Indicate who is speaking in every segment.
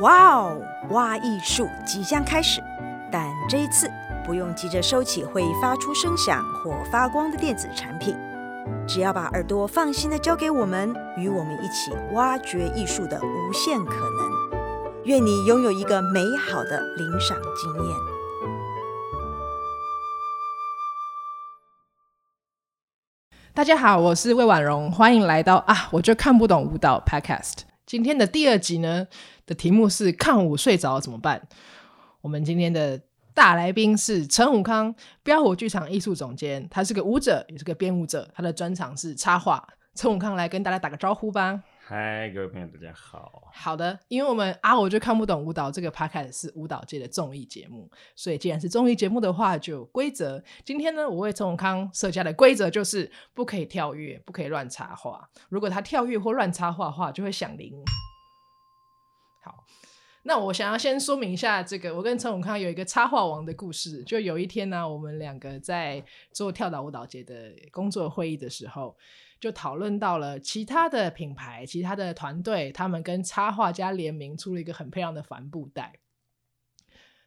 Speaker 1: 哇哦，挖艺术即将开始，但这一次不用急着收起会发出声响或发光的电子产品，只要把耳朵放心的交给我们，与我们一起挖掘艺术的无限可能。愿你拥有一个美好的领赏经验。
Speaker 2: 大家好，我是魏婉容，欢迎来到啊，我就看不懂舞蹈 Podcast。今天的第二集呢的题目是看舞睡着怎么办？我们今天的大来宾是陈武康，标虎剧场艺术总监，他是个舞者，也是个编舞者，他的专长是插画。陈武康来跟大家打个招呼吧。
Speaker 3: 嗨，各位朋友，大家好。
Speaker 2: 好的，因为我们啊，我就看不懂舞蹈这个 podcast 是舞蹈界的综艺节目，所以既然是综艺节目的话，就有规则。今天呢，我为陈永康设下的规则就是不可以跳跃，不可以乱插话。如果他跳跃或乱插话的话，就会响铃。好，那我想要先说明一下，这个我跟陈永康有一个插画王的故事。就有一天呢、我们两个在做跳岛舞蹈节的工作会议的时候，就讨论到了其他的品牌、其他的团队，他们跟插画家联名出了一个很漂亮的帆布袋。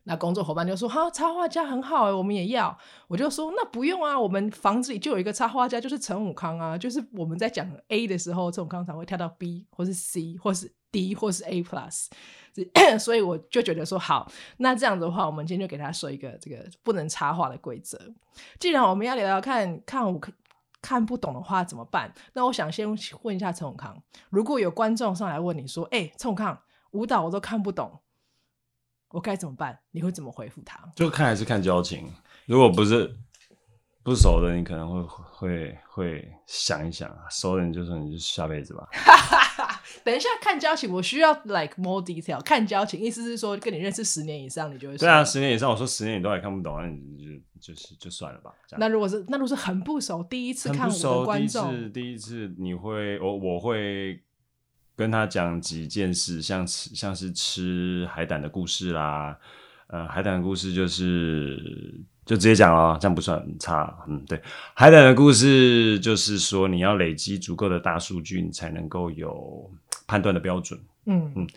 Speaker 2: 那工作伙伴就说：“哈，插画家很好、欸，我们也要。”我就说：“那不用啊，我们房子里就有一个插画家，就是陈武康啊。就是我们在讲 A 的时候，陈武康常会跳到 B 或是 C 或是 D 或是 A plus。是 所以我就觉得说好，那这样子的话，我们今天就给他说一个这个不能插话的规则。既然我们要聊聊看看我看不懂的话怎么办，那我想先问一下陈永康，如果有观众上来问你说：“哎、陈永康，舞蹈我都看不懂，我该怎么办？”你会怎么回复他？
Speaker 3: 就看还是看交情，如果不是不熟的，你可能会会会想一想；啊熟人就说你就下辈子吧。
Speaker 2: 等一下看交情，我需要 like more detail。看交情意思是说跟你认识十年以上，你就会说
Speaker 3: 对啊，十年以上，我说十年你都还看不懂，啊那你就就是就算了吧。这
Speaker 2: 那
Speaker 3: 样
Speaker 2: 如果是那如果是很不熟，第一次
Speaker 3: 很
Speaker 2: 看
Speaker 3: 不
Speaker 2: 我的
Speaker 3: 熟，第
Speaker 2: 观
Speaker 3: 一
Speaker 2: 众
Speaker 3: 次，第一次你会我我会跟他讲几件事，像吃像是吃海胆的故事啦，呃，海胆的故事就是就直接讲哦，这样不算差。嗯，对，海胆的故事就是说你要累积足够的大数据，你才能够有判断的标准。
Speaker 2: 嗯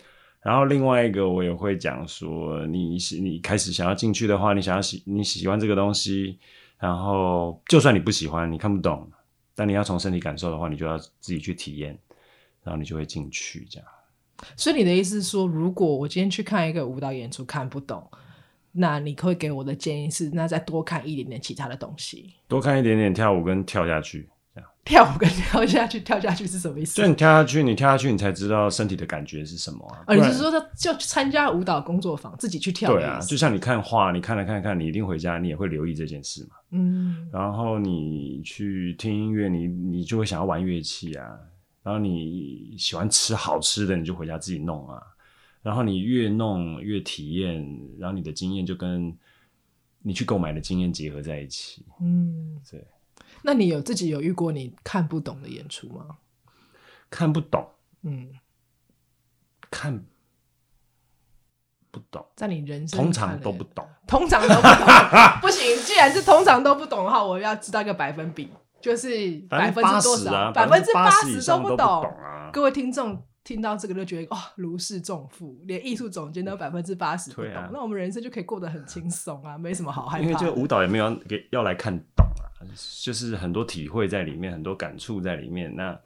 Speaker 3: 然后另外一个我也会讲说，你喜你开始想要进去的话，你想要喜你喜欢这个东西，然后就算你不喜欢，你看不懂，但你要从身体感受的话，你就要自己去体验，然后你就会进去这样。
Speaker 2: 所以你的意思是说，如果我今天去看一个舞蹈演出看不懂，那你会给我的建议是，那再多看一点点其他的东西。
Speaker 3: 多看一点点跳舞跟跳下去，
Speaker 2: 跳舞跟跳下去， 跳下去是什么意思
Speaker 3: 就？你跳下去，你跳下去，你才知道身体的感觉是什么啊。
Speaker 2: 哦，你
Speaker 3: 不然
Speaker 2: 是说他就参加舞蹈工作坊自己去跳的
Speaker 3: 对
Speaker 2: 意思？
Speaker 3: 啊，就像你看画，你看了看看，你一定回家你也会留意这件事嘛。
Speaker 2: 嗯，
Speaker 3: 然后你去听音乐，你你就会想要玩乐器啊。然后你喜欢吃好吃的，你就回家自己弄啊。然后你越弄越体验，然后你的经验就跟你去购买的经验结合在一起。
Speaker 2: 嗯，
Speaker 3: 对。
Speaker 2: 那你有自己有遇过你看不懂的演出吗？
Speaker 3: 看不懂，
Speaker 2: 嗯，
Speaker 3: 看不懂，
Speaker 2: 在你人生
Speaker 3: 通
Speaker 2: 看
Speaker 3: 常
Speaker 2: 了
Speaker 3: 都不，懂。
Speaker 2: 通常都不懂。 不行，既然是通常都不懂的话，我要知道一个百分比，就是百分之多
Speaker 3: 80%
Speaker 2: 少？
Speaker 3: 啊，
Speaker 2: 百
Speaker 3: 分
Speaker 2: 之八
Speaker 3: 八以
Speaker 2: 十
Speaker 3: 上
Speaker 2: 不
Speaker 3: 不
Speaker 2: 懂。
Speaker 3: 啊。
Speaker 2: 各位听众听到这个就觉得哦，如释重负，连艺术总监都百分之八十不懂
Speaker 3: 对，啊
Speaker 2: 那我们人生就可以过得很轻松啊，没什么好害
Speaker 3: 因为
Speaker 2: 怕
Speaker 3: 这个
Speaker 2: 的。
Speaker 3: 舞蹈也没有要给要来看懂啊，就是很多体会在里面，很多感触在里面。那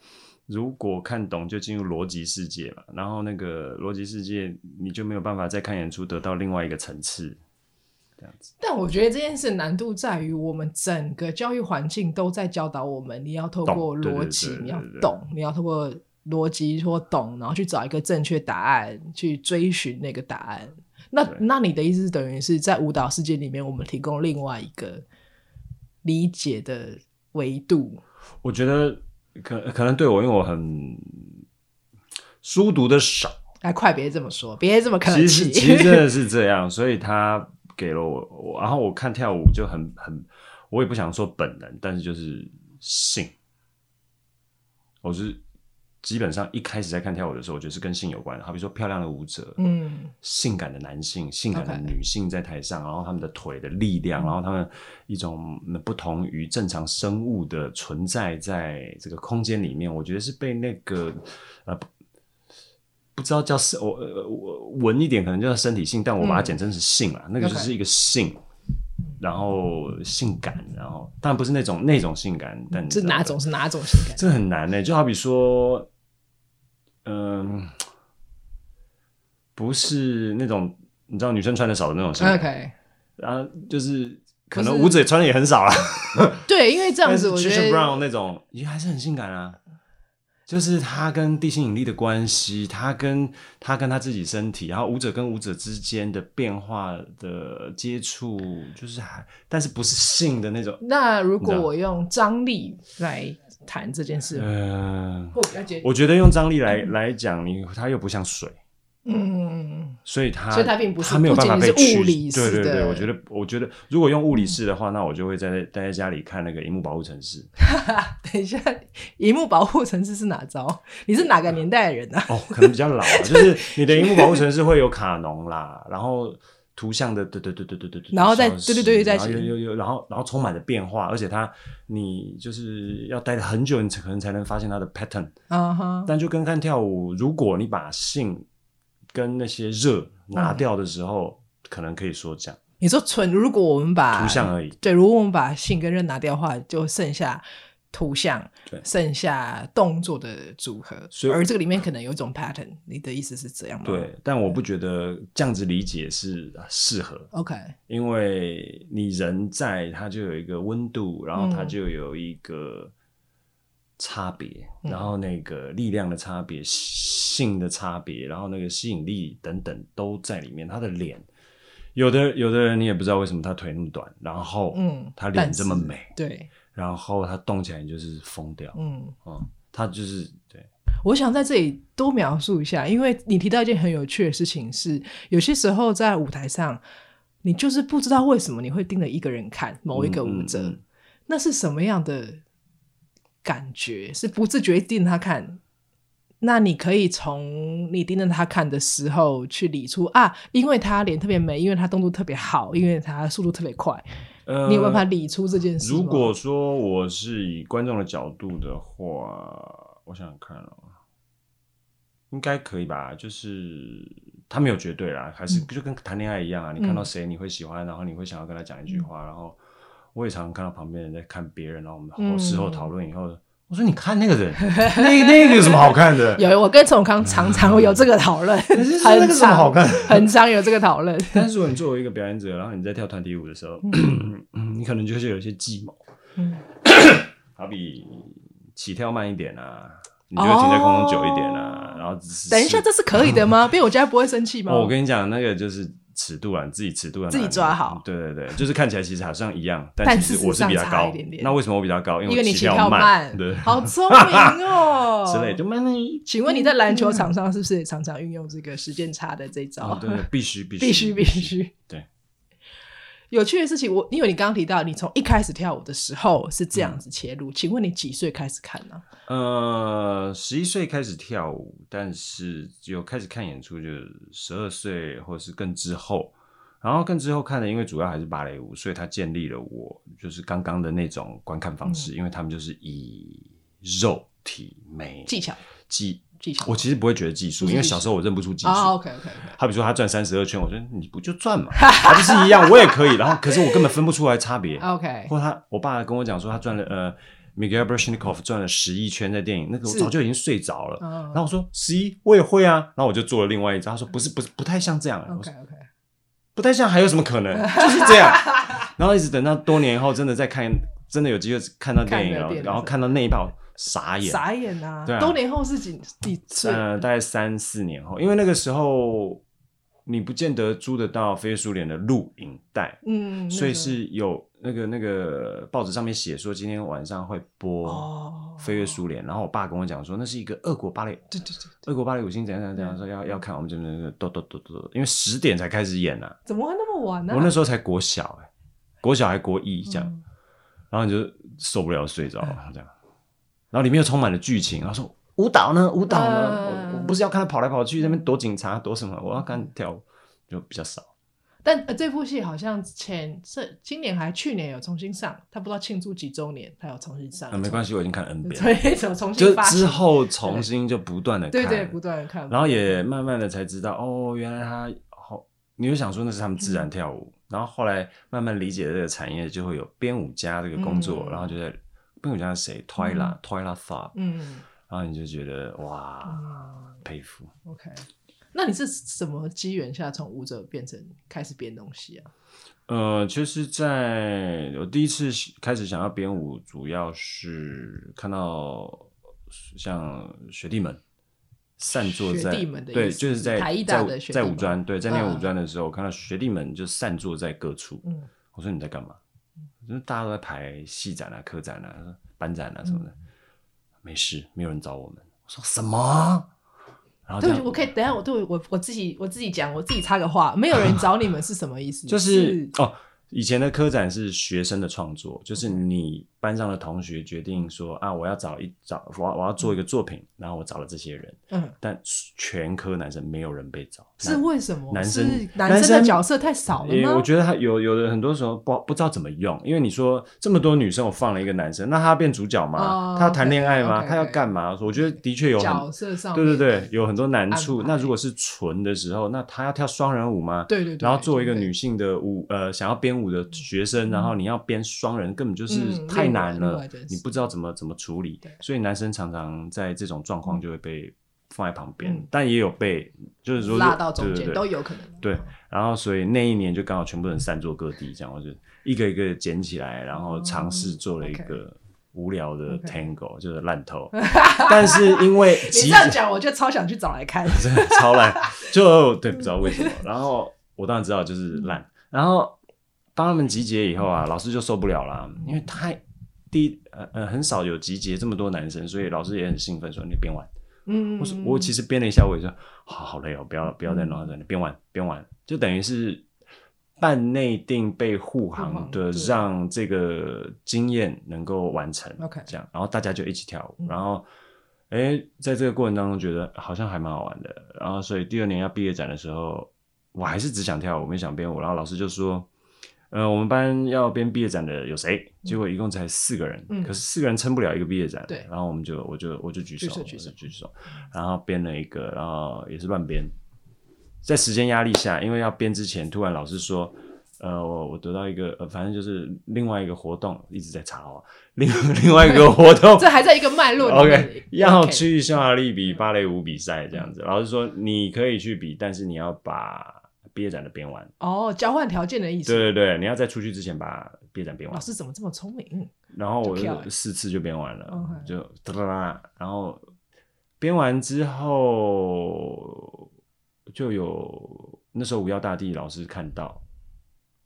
Speaker 3: 如果看懂，就进入逻辑世界了。然后那个逻辑世界，你就没有办法再看演出得到另外一个层次。
Speaker 2: 但我觉得这件事难度在于，我们整个教育环境都在教导我们，你要透过
Speaker 3: 懂对对
Speaker 2: 逻
Speaker 3: 对
Speaker 2: 辑
Speaker 3: 对，对
Speaker 2: 你要
Speaker 3: 对
Speaker 2: 懂，你要透过逻辑或懂，然后去找一个正确答案，去追寻那个答案。那
Speaker 3: 对
Speaker 2: 那你的意思是，等于是在舞蹈世界里面，我们提供另外一个理解的维度。
Speaker 3: 我觉得可可能对我，因为我很书读的少，
Speaker 2: 哎，快别这么说，别这么客
Speaker 3: 其
Speaker 2: 气。
Speaker 3: 实其实真的是这样，所以他给了我，我然后我看跳舞就很很，我也不想说本能，但是就是性，我是基本上一开始在看跳舞的时候，我觉得是跟性有关的，好比说漂亮的舞者，
Speaker 2: 嗯，
Speaker 3: 性感的男性、性感的
Speaker 2: OK 嗯
Speaker 3: 女性在台上，然后他们的腿的力量，然后他们一种嗯不同于正常生物的存在在这个空间里面，我觉得是被那个呃不不知道叫是我呃我文一点可能叫身体性，但我把它
Speaker 2: 嗯
Speaker 3: 简称是性啦，那个就
Speaker 2: OK
Speaker 3: 是一个性。然后性感，然后当然不是那种那种性感，但你
Speaker 2: 是
Speaker 3: 知道
Speaker 2: 哪
Speaker 3: 的
Speaker 2: 种是哪种性感？
Speaker 3: 这很难呢、就好比说，嗯、不是那种你知道女生穿的少的那种性感
Speaker 2: OK，
Speaker 3: 然后就是可
Speaker 2: 不
Speaker 3: 能
Speaker 2: 啊是
Speaker 3: 舞者也穿的也很少啊啦。
Speaker 2: 对，因为这
Speaker 3: 这
Speaker 2: 样子我觉
Speaker 3: Christian
Speaker 2: 得
Speaker 3: Brown 那种也还是很性感啊，就是他跟地心引力的关系，他跟他跟他自己身体，然后舞者跟舞者之间的变化的接触，就是还但是不是性的那种，
Speaker 2: 那如
Speaker 3: 你
Speaker 2: 果
Speaker 3: 知道
Speaker 2: 我用张力来谈这件事，
Speaker 3: 嗯、
Speaker 2: 会比较接
Speaker 3: 我觉得用张力来来讲，你它又不像水，
Speaker 2: 嗯，
Speaker 3: 所以它
Speaker 2: 所以它并不是
Speaker 3: 它没有办法被
Speaker 2: 不仅是
Speaker 3: 去
Speaker 2: 物理式
Speaker 3: 对对对，
Speaker 2: 的
Speaker 3: 我觉得我觉得如果用物理式的话，那我就会在待在家里看那个《荧幕保护城 市》
Speaker 2: 等一下，荧幕保护城市是哪招？ 你是哪个年代的人啊？
Speaker 3: 哦，可能比较老啊， 就是你的《荧幕保护城市》会有卡农啦，然后。图像的对对对对对对对，
Speaker 2: 然后再
Speaker 3: 消失
Speaker 2: 对对对再
Speaker 3: 然后又又又，然后然后充满了变化，而且它你就是要待很久，你才可能才能发现它的 pattern。
Speaker 2: 啊哈，
Speaker 3: 但就跟看跳舞，如果你把性跟那些热拿掉的时候，可能可以说这样
Speaker 2: 你说纯，如果我们把
Speaker 3: 图像而已。
Speaker 2: 对，如果我们把性跟热拿掉的话，就剩下图像
Speaker 3: 对，
Speaker 2: 剩下动作的组合。
Speaker 3: 所以
Speaker 2: 而这个里面可能有一种 pattern，你的意思是这样吗？
Speaker 3: 对，但我不觉得这样子理解是啊适合，
Speaker 2: ，OK，
Speaker 3: 因为你人在，它就有一个温度，然
Speaker 2: 嗯
Speaker 3: 后它就有一个差别，
Speaker 2: 嗯
Speaker 3: 然后那个力量的差别、性的差别，然后那个吸引力等等都在里面。他的脸，有的有的人你也不知道为什么他腿那么短，然后
Speaker 2: 嗯
Speaker 3: 他
Speaker 2: 但
Speaker 3: 脸这
Speaker 2: 是
Speaker 3: 么美，
Speaker 2: 对，
Speaker 3: 然后他动起来就是疯掉，
Speaker 2: 嗯，
Speaker 3: 嗯，他就是对，
Speaker 2: 我想在这里多描述一下，因为你提到一件很有趣的事情是，有些时候在舞台上，你就是不知道为什么你会盯着一个人看某一个舞者，
Speaker 3: 嗯嗯嗯
Speaker 2: 那是什么样的感觉？是不自觉盯着他看？那你可以从你盯着他看的时候去理出啊，因为他脸特别美，因为他动作特别好，因为他速度特别快，
Speaker 3: 呃
Speaker 2: 你有办法理出这件事吗
Speaker 3: 如果说我是以观众的角度的话，我想想看哦，应该可以吧？就是他没有绝对啦，还是
Speaker 2: 嗯
Speaker 3: 就跟谈恋爱一样啊，你看到谁你会喜欢，然后你会想要跟他讲一
Speaker 2: 嗯
Speaker 3: 句话，然后我也常常看到旁边人在看别人，然后我们后
Speaker 2: 嗯
Speaker 3: 事后讨论以后，我说你看那个人，那那个有什么好看的？
Speaker 2: 有我跟陈永康常常会有这个讨 论，
Speaker 3: 可是那
Speaker 2: 很
Speaker 3: 个有什么
Speaker 2: 常
Speaker 3: 好看的？
Speaker 2: 很常有这个讨 论。
Speaker 3: 但是如果你作为一个表演者，然后你在跳团体舞的时候，嗯 你可能就是有一些计谋，
Speaker 2: 嗯
Speaker 3: 好比起跳慢一点啊，你就停在空中久一点啊，
Speaker 2: 哦
Speaker 3: 然后只是
Speaker 2: 等一下，这是可以的吗？被我家不会生气吗？
Speaker 3: 哦，我跟你讲，那个就是尺度啊，你自己尺度很难
Speaker 2: 自己抓好
Speaker 3: 对对对，就是看起来其实好像一样，
Speaker 2: 但
Speaker 3: 其
Speaker 2: 事
Speaker 3: 实
Speaker 2: 实
Speaker 3: 我是比
Speaker 2: 上
Speaker 3: 他
Speaker 2: 差
Speaker 3: 高
Speaker 2: 一点点
Speaker 3: 那为什么我比他高？因
Speaker 2: 因为你
Speaker 3: 起
Speaker 2: 起跳慢
Speaker 3: 慢，，对，
Speaker 2: 好聪明哦，
Speaker 3: 之类就慢慢一。
Speaker 2: 请问你在篮球场上是不是也常常运用这个时间差的这一
Speaker 3: 哦
Speaker 2: 招？，
Speaker 3: 对，对必须必须
Speaker 2: 必须必须。
Speaker 3: 对，
Speaker 2: 有趣的事情，我因为你刚刚提到，你从一开始跳舞的时候是这样子切入，请问你几岁开始看呢、
Speaker 3: 呃，十一岁开始跳舞，但是有开始看演出，就是十二岁或是更之后。然后更之后看的，因为主要还是芭蕾舞，所以它建立了我就是刚刚的那种观看方
Speaker 2: 嗯
Speaker 3: 式，因为他们就是以肉体美
Speaker 2: 技巧，
Speaker 3: 技。
Speaker 2: 技巧。
Speaker 3: 我其实不会觉得技术，
Speaker 2: 不是
Speaker 3: 因为
Speaker 2: 技术
Speaker 3: 小时候我认不出技术。
Speaker 2: 啊、o k OK OK，
Speaker 3: 好比说他转三十二圈，我说你不就转嘛，还不是一样，我也可以。然后可是我根本分不出来 差别。
Speaker 2: OK
Speaker 3: 或他我爸跟我讲说他转了呃。Miguel Brashnikov 转了十一圈在电影，那个我
Speaker 2: 是
Speaker 3: 早就已经睡着了。
Speaker 2: 嗯
Speaker 3: 然后我说十一我也会啊，然后我就做了另外一招，他说不是不是不太像这样，啊我
Speaker 2: OK
Speaker 3: 说
Speaker 2: OK，
Speaker 3: 不太像还有什么可 能，就是这样。然后一直等到多年以后，真的在看，真的有机会看到电影
Speaker 2: 看到
Speaker 3: 了
Speaker 2: 电，影
Speaker 3: 然后看到那一半我傻眼，
Speaker 2: 傻眼呐、
Speaker 3: 对啊
Speaker 2: 多年后是几几岁？
Speaker 3: 呃，大概三四年后，因为那个时候你不见得租得到非苏联的录影带，
Speaker 2: 嗯，那
Speaker 3: 所以
Speaker 2: 个
Speaker 3: 是有那个那个报纸上面写说今天晚上会播
Speaker 2: 哦，
Speaker 3: 《飞跃苏联》，然后我爸跟我讲说那是一个俄国芭蕾，
Speaker 2: 对对对，
Speaker 3: 俄国芭蕾舞星怎样怎样怎样，说要要看我们这边哆哆哆哆，因为十点才开始演呐、
Speaker 2: 怎么会那么晚呢、啊
Speaker 3: 我那时候才国小哎、国小还国一这样，
Speaker 2: 嗯
Speaker 3: 然后你就受不了睡着了这样，然后里面又充满了剧情，然后说舞蹈呢舞蹈
Speaker 2: 嗯
Speaker 3: 呢，我我不是要看他跑来跑去那边躲警察躲什么，我要看你跳舞就比较少。
Speaker 2: 但呃，这部戏好像前这今年还去年有重新上，他不知道庆祝几周年，他有重新上。
Speaker 3: 啊，没关系，我已经看 N 遍了，
Speaker 2: 对，怎么 重
Speaker 3: 就
Speaker 2: 新发行
Speaker 3: 之后重新就不断的看，
Speaker 2: 对对不断的看，
Speaker 3: 然后也慢慢的才知道，哦，原来他好，你就想说那是他们自然
Speaker 2: 嗯
Speaker 3: 跳舞，然后后来慢慢理解这个产业，就会有编舞家这个工作，
Speaker 2: 嗯
Speaker 3: 然后就在编舞家是谁，Twyla、Twyla Thought，、
Speaker 2: 嗯
Speaker 3: 然后你就觉得哇，
Speaker 2: 嗯
Speaker 3: 佩服。
Speaker 2: ，OK。那你是什么机缘下从舞者变成开始编东西啊？
Speaker 3: 呃，就是在我第一次开始想要编舞，主要是看到像学弟们散坐在
Speaker 2: 学弟们的意思
Speaker 3: 对，就是在
Speaker 2: 台艺大
Speaker 3: 在
Speaker 2: 的学弟
Speaker 3: 在
Speaker 2: 们
Speaker 3: 五专对，在念
Speaker 2: 嗯
Speaker 3: 五专的时候，我看到学弟们就散坐在各处。
Speaker 2: 嗯
Speaker 3: 我说你在干嘛？因为大家都在排戏展啊、科展啊、班展啊什
Speaker 2: 嗯
Speaker 3: 么的，没事，没有人找我们。我说什么？然后这
Speaker 2: 对，
Speaker 3: 样
Speaker 2: 我可以等一下，我对我我自己我自己讲，我自己插个话，没有 人找你们是什么意思？
Speaker 3: 就是哦，以前的科展是学生的创作，就是你班上的同学决定说啊，我要找一找，我要我要做一个作品，然后我找了这些人，
Speaker 2: 嗯，
Speaker 3: 但全科男生没有人被找，
Speaker 2: 是为什么？
Speaker 3: 男生
Speaker 2: 是男生的角色太少了
Speaker 3: 因为
Speaker 2: 吗？
Speaker 3: 我觉得他有有的很多时候不不知道怎么用，因为你说这么多女生，我放了一个男生，那他要变主角吗？
Speaker 2: 哦
Speaker 3: 他要谈恋爱
Speaker 2: OK，OK，OK
Speaker 3: 吗？他要干嘛？我觉得的确有
Speaker 2: 角
Speaker 3: 很。
Speaker 2: 色上
Speaker 3: 对对
Speaker 2: 面
Speaker 3: 对，有很多难处。
Speaker 2: 安排
Speaker 3: 那如果是纯的时候，那他要跳双人舞吗？
Speaker 2: 对对对，
Speaker 3: 然后作为一个
Speaker 2: 对
Speaker 3: 女性的舞呃想要编舞的学生，然后你要编双人，根本就是
Speaker 2: 嗯
Speaker 3: 太
Speaker 2: 另外
Speaker 3: 难
Speaker 2: 另
Speaker 3: 了
Speaker 2: 外一件，事
Speaker 3: 你不知道怎么怎么处理
Speaker 2: 对，
Speaker 3: 所以男生常常在这种状况就会被放在旁边
Speaker 2: 嗯，
Speaker 3: 但也有被就是说
Speaker 2: 拉到中
Speaker 3: 对
Speaker 2: 间
Speaker 3: 对
Speaker 2: 都
Speaker 3: 对。
Speaker 2: 有可能。
Speaker 3: 对，然后所以那一年就刚好全部人散落各地，这样我就一个一个捡起来，然后尝
Speaker 2: 嗯
Speaker 3: 试做了一个无 聊的
Speaker 2: OK
Speaker 3: tango，就是烂透。但是因为
Speaker 2: 你这
Speaker 3: 集
Speaker 2: 样讲，我就超想去找来看。
Speaker 3: 真的超烂，就对，不知道为什么。然后我当然知道就是烂。然后帮他们集结以后啊，老师就受不了啦，因为太第一呃呃很少有集结这么多男生，所以老师也很兴奋说你编完。
Speaker 2: 嗯，嗯
Speaker 3: 我说我其实编了一下，我也说好好累哦，不要不要再弄了，你编完编完，就等于是。半内定被护
Speaker 2: 护
Speaker 3: 航
Speaker 2: 航
Speaker 3: 的，
Speaker 2: 对
Speaker 3: 让这个经验能够完成。
Speaker 2: OK
Speaker 3: 这样，然后大家就一起跳
Speaker 2: 嗯
Speaker 3: 舞，然后，哎，在这个过程当中觉得好像还蛮好玩的，然后所以第二年要毕业展的时候，我还是只想跳舞，没想编舞，然后老师就说，呃，我们班要编毕业展的有谁？结果一共才四个人，
Speaker 2: 嗯
Speaker 3: 可是四个人撑不了一个毕业展，
Speaker 2: 对
Speaker 3: 然后我们就我就我就举
Speaker 2: 举
Speaker 3: 手，
Speaker 2: 手
Speaker 3: 我
Speaker 2: 举
Speaker 3: 就
Speaker 2: 手
Speaker 3: 举手，然后编了一个，然后也是乱编，在时间压力下，因为要编之前，突然老师说，呃，我我得到一个，呃，反正就是另外一个活动一直在查哦，另另外一个活 动
Speaker 2: 这还在嗯一个脉络里面。
Speaker 3: ，OK，要去匈牙利比芭蕾舞比赛这
Speaker 2: 嗯
Speaker 3: 样子。老师说你可以去比，但是你要把毕业展的编完。
Speaker 2: 哦，交换条件的意思。
Speaker 3: 对对对，你要在出去之前把毕业展编
Speaker 2: 老
Speaker 3: 完。
Speaker 2: 师怎么这么聪明？
Speaker 3: 然后我
Speaker 2: 就跳欸
Speaker 3: 就四次就编完了
Speaker 2: OK，
Speaker 3: 就哒哒哒，然后编完之后就有那时候五幺大地老师看到，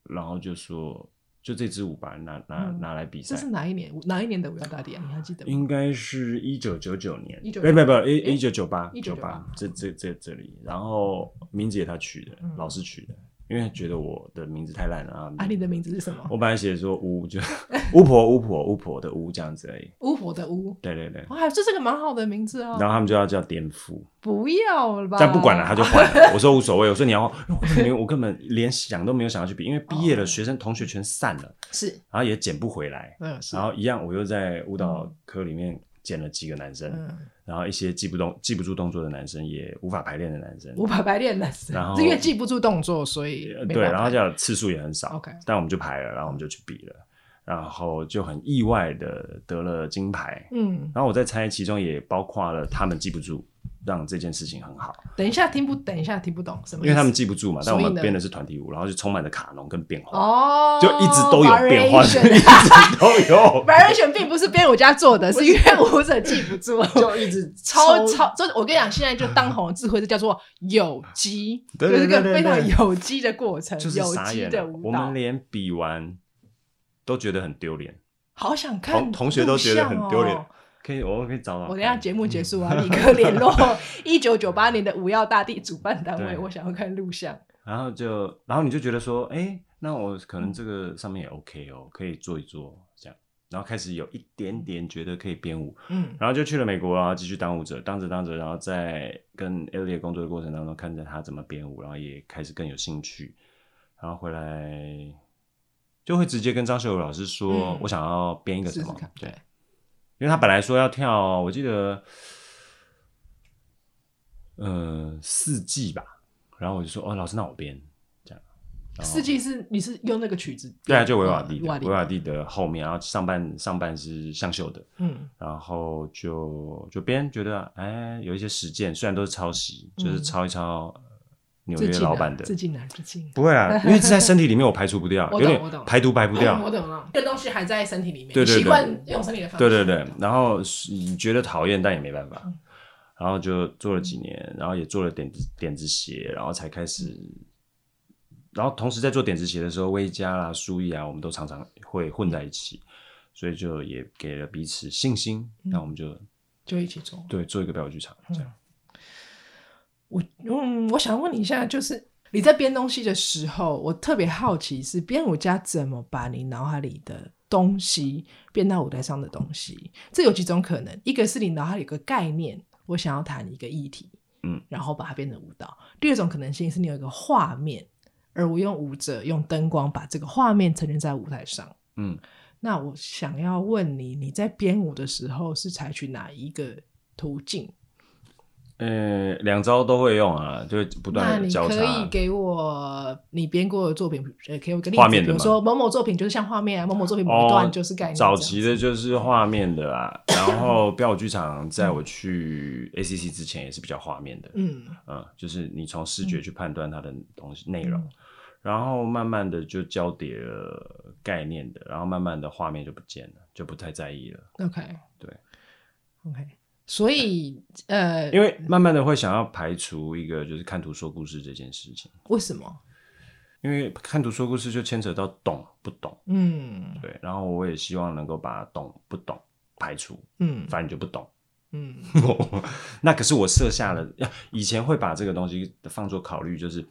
Speaker 3: 然后就说就这支舞吧，拿拿
Speaker 2: 嗯
Speaker 3: 拿来比赛
Speaker 2: 这是。哪一年？哪一年的五幺大帝啊？你还记得吗？
Speaker 3: 应该是一九九九年，
Speaker 2: 1999
Speaker 3: 不不不，
Speaker 2: 诶
Speaker 3: 一一九九八，
Speaker 2: 1998
Speaker 3: 这这这这里，然后名字也他取的
Speaker 2: 嗯，
Speaker 3: 老师取的，因为觉得我的名字太烂了啊。
Speaker 2: 啊，你的名字是什么？
Speaker 3: 我本来写说巫，就 巫婆巫婆巫婆的巫这样子而已。
Speaker 2: 巫婆的巫。
Speaker 3: 对对对，
Speaker 2: 哇，这是个蛮好的名字啊！
Speaker 3: 然后他们就要叫颠覆，
Speaker 2: 不要了吧？
Speaker 3: 但不管了，他就换 了。我说无所谓，我说你要换，我说没有，我根本连想都没有想要去比，因为毕业了，
Speaker 2: 哦
Speaker 3: 学生同学全散了，
Speaker 2: 是，
Speaker 3: 然后也捡不回来，
Speaker 2: 嗯，是
Speaker 3: 然，后一样，我又在舞蹈科里面捡了几个男生，
Speaker 2: 嗯，
Speaker 3: 然后一些记不动、记不住动作的男生，也无法排练的男生，
Speaker 2: 五百白练的，是
Speaker 3: 然后
Speaker 2: 因为记不住动作，所以
Speaker 3: 呃
Speaker 2: 没
Speaker 3: 对，
Speaker 2: 办法
Speaker 3: 然后这样次数也很少。
Speaker 2: OK
Speaker 3: 但我们就排了，然后我们就去比了，然后就很意外的得了金牌。
Speaker 2: 嗯，
Speaker 3: 然后我在猜，其中也包括了他们记不住，让这件事情很好，
Speaker 2: 等一下听不，等一下听不懂什么意思，
Speaker 3: 因为他们记不住嘛。但我
Speaker 2: 所以
Speaker 3: 们
Speaker 2: 呢
Speaker 3: 编的是团体舞，然后就充满了卡农跟变化，
Speaker 2: 哦，
Speaker 3: 就一直都有变化，就 一
Speaker 2: variation，
Speaker 3: 直都有
Speaker 2: variation 并不是编舞家做的，是因为舞者记不住。
Speaker 3: 就一直
Speaker 2: 超超，这我跟你讲，现在就当红的智慧，这叫做有机，
Speaker 3: 对
Speaker 2: 就是一个
Speaker 3: 对对
Speaker 2: 非
Speaker 3: 对
Speaker 2: 常
Speaker 3: 对
Speaker 2: 有机的过程，
Speaker 3: 就是
Speaker 2: 有
Speaker 3: 傻
Speaker 2: 机
Speaker 3: 眼
Speaker 2: 的
Speaker 3: 了。
Speaker 2: 舞
Speaker 3: 我
Speaker 2: 蹈
Speaker 3: 们，连比完都觉得很丢脸。
Speaker 2: 好想看
Speaker 3: 同同学都觉得很丢脸嗯
Speaker 2: 录像哦。
Speaker 3: 可以，我可以找找看。
Speaker 2: 我等一下节目结束啊，立刻联 络一九九八年的五耀大地主办单位，
Speaker 3: 对
Speaker 2: 我想要看录像。
Speaker 3: 然后就，然后你就觉得说，哎、那我可能这个上面也 OK 哦，可以做一做这样。然后开始有一点点觉得可以编舞，
Speaker 2: 嗯
Speaker 3: 然后就去了美国，然后继续当舞者，当着当着，然后在跟 Elliot 工作的过程当中，看着他怎么编舞，然后也开始更有兴趣。然后回来就会直接跟张学友老师说，
Speaker 2: 嗯
Speaker 3: 我想要编一个什
Speaker 2: 试
Speaker 3: 么
Speaker 2: 试看，
Speaker 3: 对，因为他本来说要跳，我记得，呃，四季吧，然后我就说，哦，老师，那我编这样，然后
Speaker 2: 四季是你是用那个曲子，
Speaker 3: 哦对啊，就维瓦蒂的，
Speaker 2: 维瓦蒂
Speaker 3: 维瓦蒂的后面，然后上半上半是向秀的，
Speaker 2: 嗯
Speaker 3: 然后就就别人觉得哎有一些实践，虽然都是抄袭，
Speaker 2: 嗯
Speaker 3: 就是抄一抄呃纽
Speaker 2: 致
Speaker 3: 约
Speaker 2: 敬
Speaker 3: 老
Speaker 2: 啊
Speaker 3: 板的，
Speaker 2: 致敬啊，致敬。
Speaker 3: 不会 啊，因为这在身体里面我排除不掉，
Speaker 2: 我懂
Speaker 3: 有
Speaker 2: 我
Speaker 3: 点
Speaker 2: 懂
Speaker 3: 排毒排不掉
Speaker 2: 哦我。懂了，这个东西还在身体里面，
Speaker 3: 对对对
Speaker 2: 习惯用身体的方式。嗯
Speaker 3: 对对对，然后是你觉得讨厌，但也没办法，然后就做了几年，然后也做了点子点子鞋，然后才开始。
Speaker 2: 嗯
Speaker 3: 然后同时在做点子鞋的时候，微加啦、苏毅啊，我们都常常会混在一起，所以就也给了彼此信心。
Speaker 2: 嗯
Speaker 3: 那我们就
Speaker 2: 就一起做。
Speaker 3: 对做一个表演剧场，这样。
Speaker 2: 我嗯，我想问你一下，就是你在编东西的时候，我特别好奇是编舞家怎么把你脑海里的东西变到舞台上的东西？这有几种可能，一个是你脑海里有个概念，我想要谈一个议题，
Speaker 3: 嗯，
Speaker 2: 然后把它变成舞蹈；第二种可能性是你有一个画面，而我用舞者用灯光把这个画面呈现在舞台上。
Speaker 3: 嗯，
Speaker 2: 那我想要问你，你在编舞的时候是采取哪一个途径？
Speaker 3: 呃，两招都会用啊，就不
Speaker 2: 那
Speaker 3: 断的
Speaker 2: 你
Speaker 3: 交叉。
Speaker 2: 可以给我你编过的作品，呃，给我个例
Speaker 3: 画
Speaker 2: 子，
Speaker 3: 面
Speaker 2: 比
Speaker 3: 的
Speaker 2: 如
Speaker 3: 吗
Speaker 2: 说某某作品就是像画面啊，某某作品某一
Speaker 3: 哦
Speaker 2: 段就是概念、
Speaker 3: 早期的就是画面的啦，然 后标舞剧场在我去 ACC 之前也是比较画面的，
Speaker 2: 这样子，嗯
Speaker 3: 嗯，就是你从视觉去判断它的东西内容，然后慢慢的就交叠了概念的，然后慢慢的画面就不见了，就不太在意了，
Speaker 2: ，OK，
Speaker 3: 对
Speaker 2: ，OK，所以呃，
Speaker 3: 因为慢慢的会想要排除一个就是看图说故事这件事情，
Speaker 2: 为什么？
Speaker 3: 因为看图说故事就牵扯到懂不懂，
Speaker 2: 嗯
Speaker 3: 对，然后我也希望能够把懂不懂排除，
Speaker 2: 嗯
Speaker 3: 反正你就不懂。
Speaker 2: 嗯
Speaker 3: 那可是我设下了，以前会把这个东西放作考虑，就是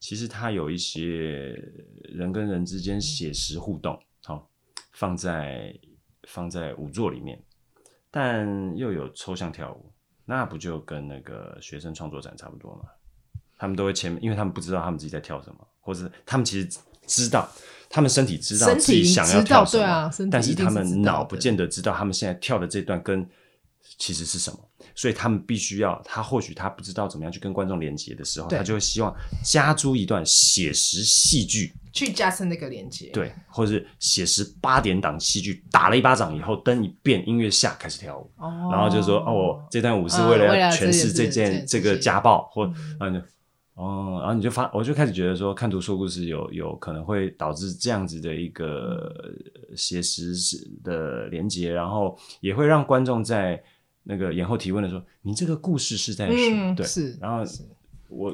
Speaker 3: 其实它有一些人跟人之间写实互动，好、放在放在舞作里面，但又有抽象跳舞，那不就跟那个学生创作展差不多吗？他们都会前面，因为他们不知道他们自己在跳什么，或是他们其实知道，他们身体知道
Speaker 2: 身体
Speaker 3: 自己想要
Speaker 2: 知道
Speaker 3: 跳什么，
Speaker 2: 对啊身体
Speaker 3: 但是
Speaker 2: 一定
Speaker 3: 他
Speaker 2: 是知
Speaker 3: 们
Speaker 2: 道
Speaker 3: 脑不
Speaker 2: 的
Speaker 3: 见得知道他们现在跳的这段跟其实是什么，所以他们必须要，他或许他不知道怎么样去跟观众连接的时候，
Speaker 2: 对
Speaker 3: 他就会希望加诸一段写实戏剧，
Speaker 2: 去加深那个连接，，
Speaker 3: 对，或者是写实八点档戏剧，打了一巴掌以后，灯一变，音乐下开始跳舞。
Speaker 2: 哦，
Speaker 3: 然后就说哦，我这段舞是
Speaker 2: 啊
Speaker 3: 为了
Speaker 2: 为
Speaker 3: 要
Speaker 2: 了
Speaker 3: 诠释
Speaker 2: 这
Speaker 3: 这
Speaker 2: 件事
Speaker 3: 件
Speaker 2: 这
Speaker 3: 这
Speaker 2: 件
Speaker 3: 个
Speaker 2: 事
Speaker 3: 家暴，或
Speaker 2: 嗯
Speaker 3: 然后你就哦，然后你就发，我就开始觉得说，看图说故事有有可能会导致这样子的一个呃写实是的连接，然后也会让观众在那个演后提问的时候，你这个故事是在说、
Speaker 2: 嗯
Speaker 3: 对，
Speaker 2: 是
Speaker 3: 然后
Speaker 2: 是
Speaker 3: 我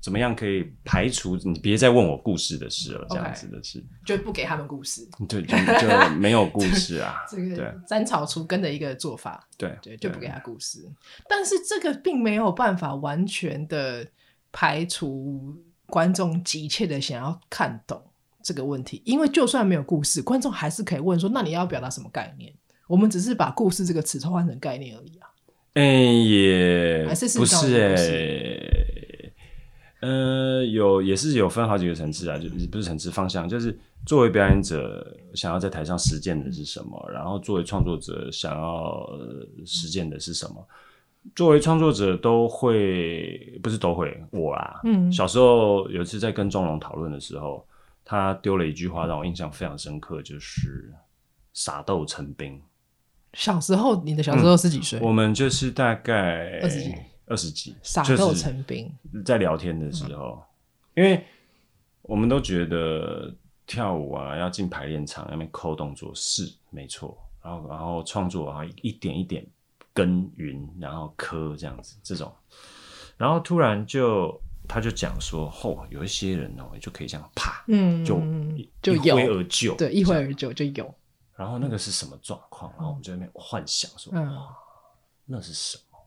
Speaker 3: 怎么样可以排除你别再问我故事的事了，这样
Speaker 2: OK
Speaker 3: 子的事，
Speaker 2: 就不给他们故事，
Speaker 3: 对，就就没有故事
Speaker 2: ，
Speaker 3: 啊
Speaker 2: 这个
Speaker 3: 对
Speaker 2: 斩草除根的一个做法，
Speaker 3: 对
Speaker 2: 对，就不给他故事。但是这个并没有办法完全的排除观众急切的想要看懂这个问题，因为就算没有故事，观众还是可以问说：“那你要表达什么概念？”我们只是把“故事”这个词偷换成概念而已啊。
Speaker 3: 哎、也
Speaker 2: 还是是
Speaker 3: 不
Speaker 2: 这种
Speaker 3: 是哎、
Speaker 2: 东
Speaker 3: 呃，有也是有分好几个层次啊，就不是层次方向，就是作为表演者想要在台上实践的是什么，然后作为创作者想要呃实践的是什么。作为创作者都会，不是都会，我啦，
Speaker 2: 嗯
Speaker 3: 小时候有一次在跟钟龙讨论的时候，他丢了一句话让我印象非常深刻，就是“傻豆成兵”。
Speaker 2: 小时候，你的小时候是几岁？
Speaker 3: 嗯我们就是大概
Speaker 2: 二十几，
Speaker 3: 二十几，
Speaker 2: 傻
Speaker 3: 就
Speaker 2: 豆
Speaker 3: 是
Speaker 2: 成嗯兵，
Speaker 3: 在聊天的时候，因为我们都觉得跳舞啊要进排练场那边抠动作是没错，然后然后创作啊一点一点耕耘，然后磕这样子这种，然后突然就他就讲说，哦，有一些人哦就可以这样啪，
Speaker 2: 嗯
Speaker 3: 就一
Speaker 2: 就
Speaker 3: 一挥
Speaker 2: 有
Speaker 3: 而就，
Speaker 2: 对，一会而久就有，
Speaker 3: 然后那个是什么状况？然后我们就在那边幻想说，
Speaker 2: 嗯
Speaker 3: 那是什么？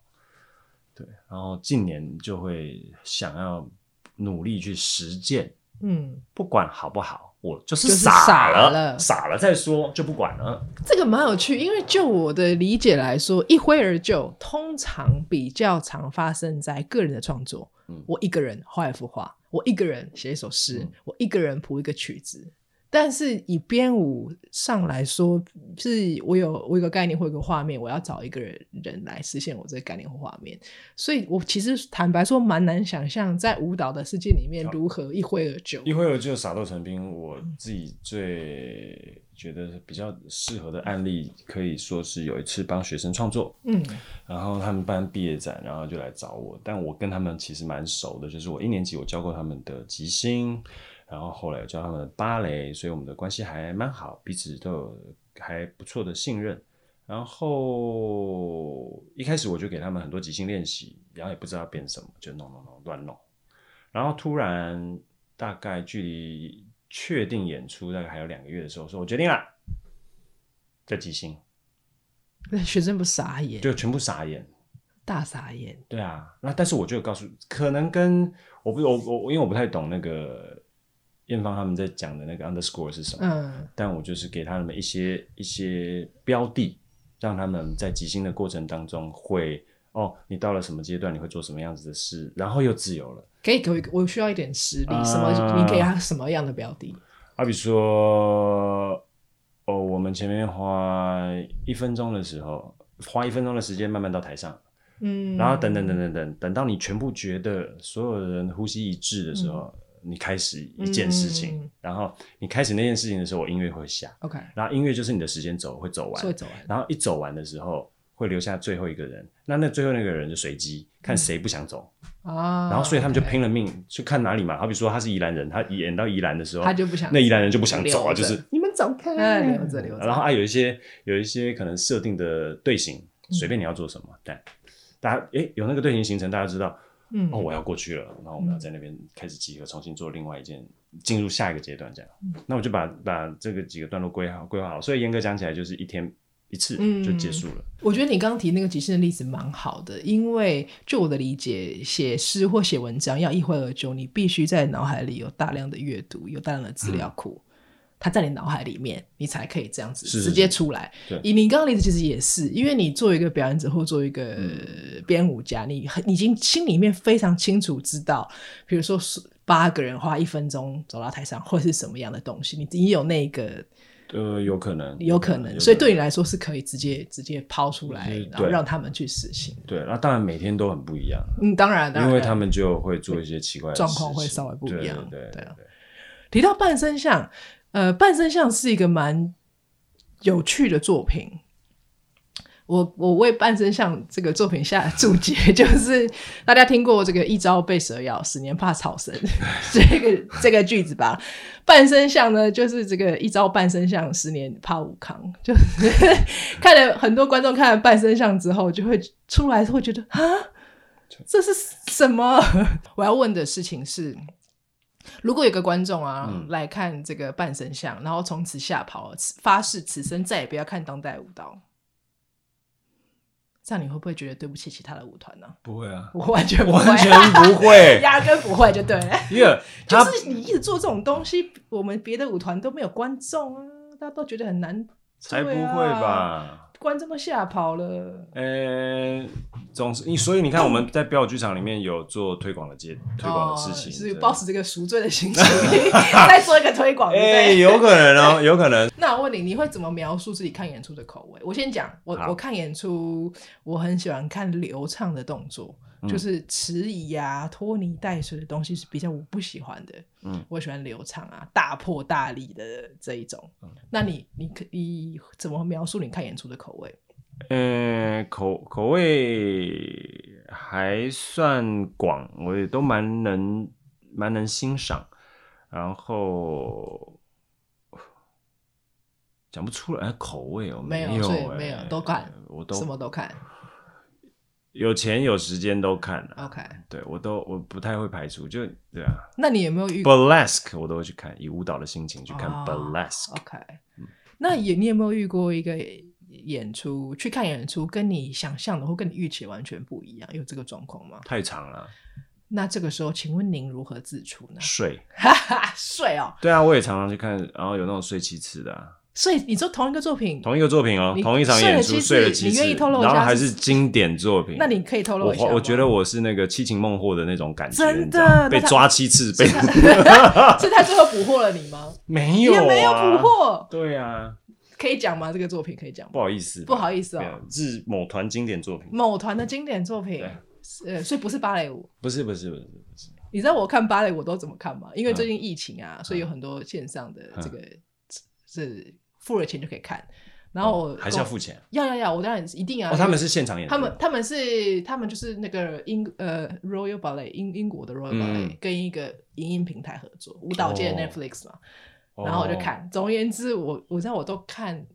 Speaker 3: 对，然后近年就会想要努力去实践，
Speaker 2: 嗯，
Speaker 3: 不管好不好，我就是
Speaker 2: 就是
Speaker 3: 傻
Speaker 2: 傻了
Speaker 3: 了傻了再说，就不管了。
Speaker 2: 这个蛮有趣，因为就我的理解来说，一挥而就通常比较常发生在个人的创作，
Speaker 3: 嗯
Speaker 2: 我一个人画一幅画，我一个人写一首诗，
Speaker 3: 嗯
Speaker 2: 我一个人谱一个曲子。但是以编舞上来说，是我有我有个概念或一个画面，我要找一个人人来实现我这个概念或画面。所以我其实坦白说，蛮难想象在舞蹈的世界里面如何一挥而就。
Speaker 3: 一会儿就傻豆成兵，我自己最觉得比较适合的案例，可以说是有一次帮学生创作，
Speaker 2: 嗯
Speaker 3: 然后他们办毕业展，然后就来找我，但我跟他们其实蛮熟的，就是我一年级我教过他们的即兴，然后后来有教他们的芭蕾，所以我们的关系还蛮好，彼此都有还不错的信任。然后一开始我就给他们很多即兴练习，然后也不知道变什么，就弄弄弄乱弄。然后突然大概距离确定演出大概还有两个月的时候，说我决定了，这即兴
Speaker 2: 学生不傻眼，
Speaker 3: 就全部傻眼。
Speaker 2: 大傻眼。
Speaker 3: 对啊，那但是我就有告诉，可能跟我不我我因为我不太懂那个艳芳他们在讲的那个 underscore 是什么，
Speaker 2: 嗯
Speaker 3: 但我就是给他们一些一些标的，让他们在即兴的过程当中会哦，你到了什么阶段，你会做什么样子的事，然后又自由了。
Speaker 2: 可以给我一个，我需要一点实力。什么？
Speaker 3: 啊
Speaker 2: 你给他什么样的标的？
Speaker 3: 好比说，哦，我们前面花一分钟的时候，花一分钟的时间慢慢到台上，
Speaker 2: 嗯，
Speaker 3: 然后等等等等等，等到你全部觉得所有人呼吸一致的时候，你开始一件事情，
Speaker 2: 嗯
Speaker 3: 然后你开始那件事情的时候，我音乐会下，
Speaker 2: ，OK，
Speaker 3: 然后音乐就是你的时间走会走
Speaker 2: 所以
Speaker 3: 完，
Speaker 2: 走完。
Speaker 3: 然后一走完的时候会留下最后一个人，那那最后那个人就随机看谁不想走，
Speaker 2: 啊，
Speaker 3: 然后所以他们就
Speaker 2: OK
Speaker 3: 拼了命去看哪里嘛，好比说他是宜兰人，他演到宜兰的时候，
Speaker 2: 他就不想
Speaker 3: 那宜兰人就不想走啊，
Speaker 2: 留着
Speaker 3: 就是你们走开，
Speaker 2: 哎留着留着
Speaker 3: 然后啊还有一些有一些可能设定的队形，随
Speaker 2: 嗯
Speaker 3: 便你要做什么，但大家诶有那个队形形成，大家知道
Speaker 2: 嗯
Speaker 3: 哦我要过去了，然后我们要在那边开始集合，重新做另外一件，进入下一个阶段这样。
Speaker 2: 嗯
Speaker 3: 那我就把把这个几个段落规划规划好，所以严格讲起来就是一天一次
Speaker 2: 嗯
Speaker 3: 就结束了。
Speaker 2: 我觉得你刚刚提那个即兴的例子蛮好的，因为就我的理解，写诗或写文章要一挥而就，你必须在脑海里有大量的阅读，有大量的资料库，它在你脑海里面，你才可以这样子
Speaker 3: 是是
Speaker 2: 直接出来。
Speaker 3: 是对
Speaker 2: 以你刚刚的例子，其实也是，因为你作为一个表演者或作为一个编舞家，你很你已经心里面非常清楚知道，比如说是八个人花一分钟走到台上，会是什么样的东西，你已经有那个
Speaker 3: 呃，有可能，
Speaker 2: 有可能，所以对你来说是可以直接直接抛出来
Speaker 3: 就是，
Speaker 2: 然后
Speaker 3: 对
Speaker 2: 让他们去实行。
Speaker 3: 对，那当然每天都很不一样，
Speaker 2: 嗯，当然，当然
Speaker 3: 因为他们就会做一些奇怪的
Speaker 2: 状况会
Speaker 3: 事情
Speaker 2: 稍微不一样
Speaker 3: 对对
Speaker 2: 对啊
Speaker 3: 对
Speaker 2: 提到半身像，呃，半身像是一个蛮有趣的作品。我我为半身像这个作品下注解， 就是大家听过这个“一朝被蛇咬，十年怕草绳”这个这个句子吧？半身像呢，就是这个“一朝半身像，十年怕武康”，就是 看了很多观众看了半身像之后，就会出来会觉得啊，这是什么？ 我要问的事情是，如果有个观众啊、
Speaker 3: 嗯
Speaker 2: 来看这个半身像，然后从此吓跑，此发誓此生再也不要看当代舞蹈，这样你会不会觉得对不起其他的舞团 呢、
Speaker 3: 不会啊，
Speaker 2: 我完全不会，
Speaker 3: 完全不会，
Speaker 2: 压根不 会，就对了。
Speaker 3: 因为
Speaker 2: 就
Speaker 3: 他
Speaker 2: 是你一直做这种东西，我们别的舞团都没有观众啊，大家都觉得很难，
Speaker 3: 才不
Speaker 2: 对啊
Speaker 3: 会吧？
Speaker 2: 观众都吓跑了。
Speaker 3: 呃，总是你，所以你看我们在标剧场里面有做推广的接推广的事情，
Speaker 2: 哦是
Speaker 3: 对
Speaker 2: 抱持这个赎罪的心 情 在做一个推广，对不
Speaker 3: 哎，
Speaker 2: 对？
Speaker 3: 有可能 哦，有可能，
Speaker 2: 那我问你，你会怎么描述自己看演出的口味？我先讲，我
Speaker 3: 好
Speaker 2: 我看演出，我很喜欢看流畅的动作，
Speaker 3: 嗯
Speaker 2: 就是迟疑啊、拖泥带水的东西是比较我不喜欢的。
Speaker 3: 嗯，
Speaker 2: 我喜欢流畅啊、大破大立的这一种。
Speaker 3: 嗯
Speaker 2: 那你你可以怎么描述你看演出的口味？
Speaker 3: 嗯，口口味还算广，我也都蛮能蛮能欣赏，然后讲不出来口味哦，
Speaker 2: 没有
Speaker 3: 有
Speaker 2: 所以
Speaker 3: 哎，
Speaker 2: 没有都看
Speaker 3: 我都
Speaker 2: 什么都看。
Speaker 3: 有钱有时间都看啊，
Speaker 2: OK，
Speaker 3: 对我都我不太会排除，就对啊
Speaker 2: 那你有没有遇过
Speaker 3: ，burlesque 我都会去看，以舞蹈的心情去看
Speaker 2: 哦
Speaker 3: burlesque，、
Speaker 2: OK，那
Speaker 3: 嗯
Speaker 2: 也你有没有遇过一个演出去看演出，跟你想象的或跟你预期完全不一样，有这个状况吗？
Speaker 3: 太长了，
Speaker 2: 那这个时候，请问您如 何自处呢？
Speaker 3: 睡，
Speaker 2: 哈哈，睡哦，
Speaker 3: 对啊，我也常常去看，然后有那种睡七次的、啊，
Speaker 2: 所以你说同一个作品，
Speaker 3: 同一个作品哦
Speaker 2: 你，
Speaker 3: 同一场演出
Speaker 2: 睡
Speaker 3: 睡
Speaker 2: 了
Speaker 3: 了
Speaker 2: 七次
Speaker 3: 几
Speaker 2: 你
Speaker 3: 次，
Speaker 2: 愿意透露一下
Speaker 3: 然后还
Speaker 2: 是
Speaker 3: 是经典作品。
Speaker 2: 那你可以透露
Speaker 3: 我
Speaker 2: 一下吗
Speaker 3: 我觉得我是那个七擒孟获的那种感觉，
Speaker 2: 真的
Speaker 3: 你知道吗
Speaker 2: 那
Speaker 3: 被
Speaker 2: 他
Speaker 3: 抓七次，被
Speaker 2: 是他最后捕获了你吗？
Speaker 3: 没有、啊、
Speaker 2: 也没有捕。获，
Speaker 3: 对啊，
Speaker 2: 可以讲吗？这个作品可以讲吗
Speaker 3: 不？好意思，
Speaker 2: 不好意思哦嗯
Speaker 3: 没有，是某团经典作品，
Speaker 2: 某团的经典作品
Speaker 3: 对，
Speaker 2: 呃，所以不是芭蕾舞。
Speaker 3: 不是不是不是不是，
Speaker 2: 你知道我看芭蕾我都怎么看吗？因为
Speaker 3: 嗯
Speaker 2: 最近疫情啊，所以有很多线上的这个是付了钱就可以看。然后我
Speaker 3: 哦
Speaker 2: 哦
Speaker 3: 还是要付钱
Speaker 2: 要要要，我当然是一定啊。
Speaker 3: 哦。他们是现场演出，
Speaker 2: 他们他们是他们就是那个英呃 Royal Ballet 英英国的 Royal
Speaker 3: 嗯
Speaker 2: Ballet、跟一个影音平台合作，舞蹈界的
Speaker 3: 哦
Speaker 2: Netflix 嘛，
Speaker 3: 哦
Speaker 2: 然后我就看。总而言之，我我知道我都看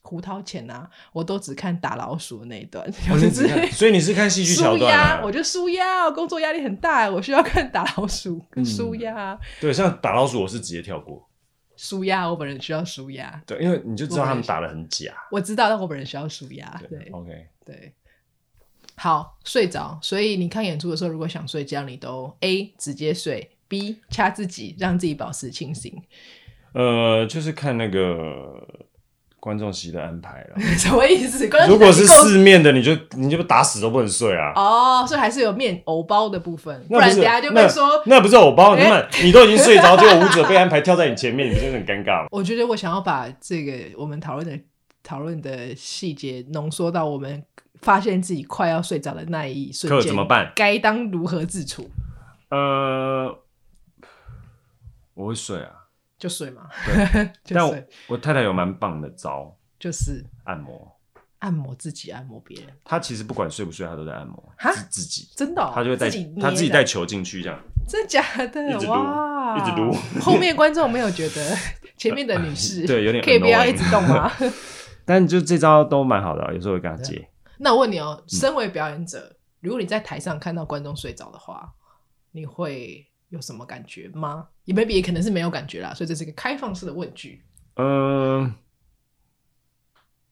Speaker 2: 胡桃钳啊，我都只看打老鼠的那一段，
Speaker 3: 哦
Speaker 2: 就
Speaker 3: 你只
Speaker 2: 是
Speaker 3: 看所以你是看戏剧桥
Speaker 2: 舒
Speaker 3: 段
Speaker 2: 压，
Speaker 3: 啊
Speaker 2: 我？觉得舒压，工作压力很大，我需要看打老鼠跟舒压，
Speaker 3: 对，像打老鼠我是直接跳过，
Speaker 2: 舒压，我本人需要舒压，
Speaker 3: 对，因为你就知道他们打的很假。
Speaker 2: 我知道，但我本人需要舒压，对
Speaker 3: o k
Speaker 2: 对。好，睡着，所以你看演出的时候，如果想睡觉，你都 A 直接睡，B 掐自己，让自己保持清醒，
Speaker 3: 呃，就是看那个观众席的安排 了。
Speaker 2: 什么意思？观众
Speaker 3: 如果是
Speaker 2: 够
Speaker 3: 四面的，你就你就打死都不能睡啊。
Speaker 2: 哦，所以还是有面偶包的部分，不
Speaker 3: 那不
Speaker 2: 然
Speaker 3: 是
Speaker 2: 等下就
Speaker 3: 那
Speaker 2: 被说。
Speaker 3: 那不是偶包，
Speaker 2: 哎
Speaker 3: 你们你都已经睡着，结果舞者被安排跳在你前面，你不是很尴尬吗？
Speaker 2: 我觉得我想要把这个我们讨论的讨论的细节浓缩到我们发现自己快要睡着的那一瞬
Speaker 3: 可
Speaker 2: 间，
Speaker 3: 怎么办
Speaker 2: 该当如何自处？
Speaker 3: 呃，我会睡啊，
Speaker 2: 就睡嘛， 就
Speaker 3: 但我
Speaker 2: 睡，
Speaker 3: 我太太有蛮棒的招，
Speaker 2: 就是
Speaker 3: 按摩。
Speaker 2: 按摩自己，按摩别人，
Speaker 3: 她其实不管睡不睡，她都在按摩
Speaker 2: 哈
Speaker 3: 自自己，
Speaker 2: 真的、哦，
Speaker 3: 她就会带
Speaker 2: 自己捏
Speaker 3: 她
Speaker 2: 的
Speaker 3: 自己带，球进去这样。
Speaker 2: 真假
Speaker 3: 一
Speaker 2: 的
Speaker 3: 直撸
Speaker 2: 哇，
Speaker 3: 一直撸。
Speaker 2: 后面观众没有觉得 前面的女士
Speaker 3: 对有点啊
Speaker 2: 可以不要
Speaker 3: annoying
Speaker 2: 一直动吗？
Speaker 3: 但就这招都蛮好的啊，有时候会跟她借。
Speaker 2: 那我问你哦，身为表演者，如果你在台上看到观众睡着的话，你会有什么感觉吗？也 maybe 也可能是没有感觉啦，所以这是一个开放式的问句。
Speaker 3: 嗯，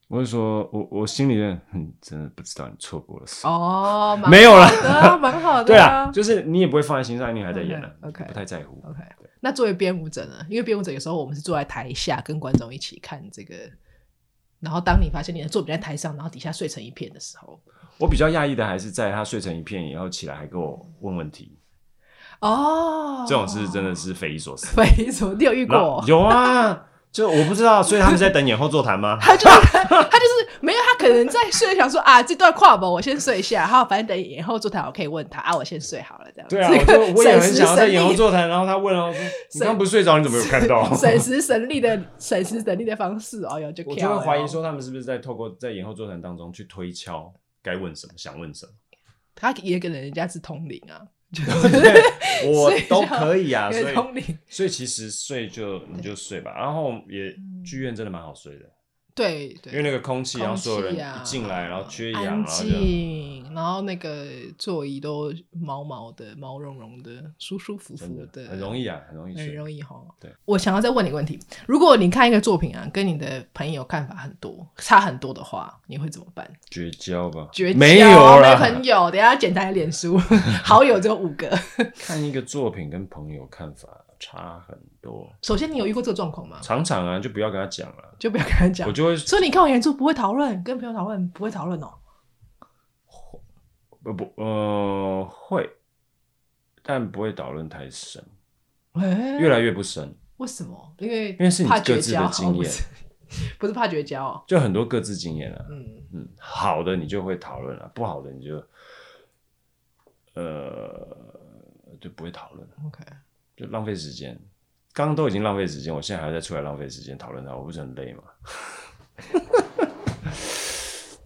Speaker 3: 我是说，我我心里面很真的不知道你错过了什么。
Speaker 2: 哦，蛮
Speaker 3: 没有啦
Speaker 2: 好的啊，蛮好的。
Speaker 3: 对啦，就是你也不会放在心上，你还在演呢
Speaker 2: OK，OK
Speaker 3: 不太在乎。
Speaker 2: OK。那作为编舞者呢？因为编舞者有时候我们是坐在台下跟观众一起看这个，然后当你发现你的作品在台上，然后底下睡成一片的时候，
Speaker 3: 我比较讶异的还是在他睡成一片以后起来还给我问问题，
Speaker 2: 哦，
Speaker 3: 这种事真的是匪夷所 思。
Speaker 2: 匪夷所思，你有遇
Speaker 3: 然后
Speaker 2: 过？
Speaker 3: 有啊，就我不知道，所以他们在等演后座 谈吗？
Speaker 2: 他就是他就是没有，他可能在睡，想说啊，这段跨吧，我先睡一下，好，反正等以后座谈我可以问他啊，我先睡好了，这样。
Speaker 3: 对啊，
Speaker 2: 这
Speaker 3: 我
Speaker 2: 个
Speaker 3: 就我也很
Speaker 2: 省时
Speaker 3: 想要在
Speaker 2: 省
Speaker 3: 演后
Speaker 2: 力
Speaker 3: 座谈，然后他问了， 我说你刚不是睡着，你怎么有看到？
Speaker 2: 省时省力的省时省力的方式，哦哟，就
Speaker 3: 我就
Speaker 2: 跳
Speaker 3: 会
Speaker 2: 了
Speaker 3: 怀疑，说他们是不是在透过在演后座谈当中去推敲该问什么，想问 什么。
Speaker 2: 他也跟人家是通灵啊，
Speaker 3: 我
Speaker 2: 睡
Speaker 3: 都
Speaker 2: 觉
Speaker 3: 可以 啊，所
Speaker 2: 跟
Speaker 3: 以
Speaker 2: 通灵。
Speaker 3: 所以其实睡就你就睡吧，然后也剧院真的蛮好睡的，
Speaker 2: 对嗯对，
Speaker 3: 因为那个空气，然后所有人
Speaker 2: 空气啊
Speaker 3: 一进来，然后缺氧，然
Speaker 2: 安
Speaker 3: 后就
Speaker 2: 静，然后那个座椅都毛毛的、毛茸茸的、舒舒服
Speaker 3: 真
Speaker 2: 服
Speaker 3: 的很容易啊，很容易
Speaker 2: 很
Speaker 3: 睡。
Speaker 2: 容易哈。
Speaker 3: 对，
Speaker 2: 我想要再问你一个问题：如果你看一个作品啊，跟你的朋友看法很多，差很多的话，你会怎么办？
Speaker 3: 绝交吧，
Speaker 2: 绝交
Speaker 3: 没有
Speaker 2: 没
Speaker 3: 啦。
Speaker 2: 朋友，等一下检查你脸书， 好友只有五个。
Speaker 3: 看一个作品跟朋友看法差很多，
Speaker 2: 首先，你有遇过这个状况吗？
Speaker 3: 常常啊就不要跟他讲了，
Speaker 2: 就不要跟他讲
Speaker 3: 我。就会
Speaker 2: 所以你看完原著不会讨论，跟朋友讨论不会讨论哦。
Speaker 3: 不不呃会，但不会讨论太深，
Speaker 2: 哎
Speaker 3: 越来越不深，
Speaker 2: 为什么？因为因
Speaker 3: 为是你
Speaker 2: 怕绝
Speaker 3: 各自的
Speaker 2: 交哦
Speaker 3: 经验
Speaker 2: 不是不是怕绝交哦。
Speaker 3: 就很多各自经验啊。
Speaker 2: 嗯，
Speaker 3: 嗯，好的你就会讨论啊了，不好的你就呃就不会讨论了，
Speaker 2: OK，
Speaker 3: 就浪费时间。刚刚都已经浪费时间，我现在还要再出来浪费时间讨论它，我不是很累吗？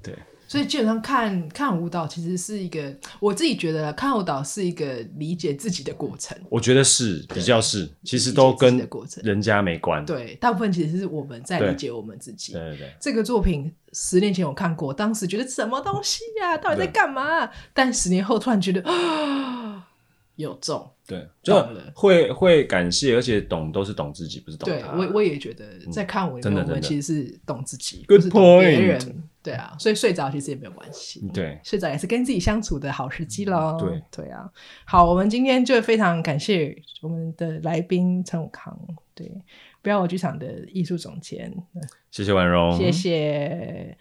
Speaker 3: 对，
Speaker 2: 所以基本上看看舞蹈其实是一个，我自己觉得看舞蹈是一个理解自己的过程。
Speaker 3: 我觉得是比较是，其实都
Speaker 2: 理解自己的
Speaker 3: 跟
Speaker 2: 过程
Speaker 3: 人家没关。
Speaker 2: 对，大部分其实是我们在
Speaker 3: 对
Speaker 2: 理解我们自己
Speaker 3: 对。对对，
Speaker 2: 这个作品十年前我看过，当时觉得什么东西呀、到底在干嘛、但十年后突然觉得啊，有中。
Speaker 3: 对，
Speaker 2: 懂
Speaker 3: 就
Speaker 2: 了
Speaker 3: 会会感谢，而且懂都是懂自己，不是懂
Speaker 2: 对
Speaker 3: 他。
Speaker 2: 我我也觉得，在看我里
Speaker 3: 嗯真
Speaker 2: 面，
Speaker 3: 的
Speaker 2: 我们
Speaker 3: 真的
Speaker 2: 其实是懂自己
Speaker 3: Good
Speaker 2: 不是懂别
Speaker 3: point
Speaker 2: 人。对啊，所以睡着其实也没有关系。
Speaker 3: 对
Speaker 2: 睡着也是跟自己相处的好时机喽。
Speaker 3: 嗯对
Speaker 2: 对啊，好，我们今天就非常感谢我们的来宾陈武康，对，不要我剧场的艺术总监，
Speaker 3: 谢谢婉容，
Speaker 2: 谢谢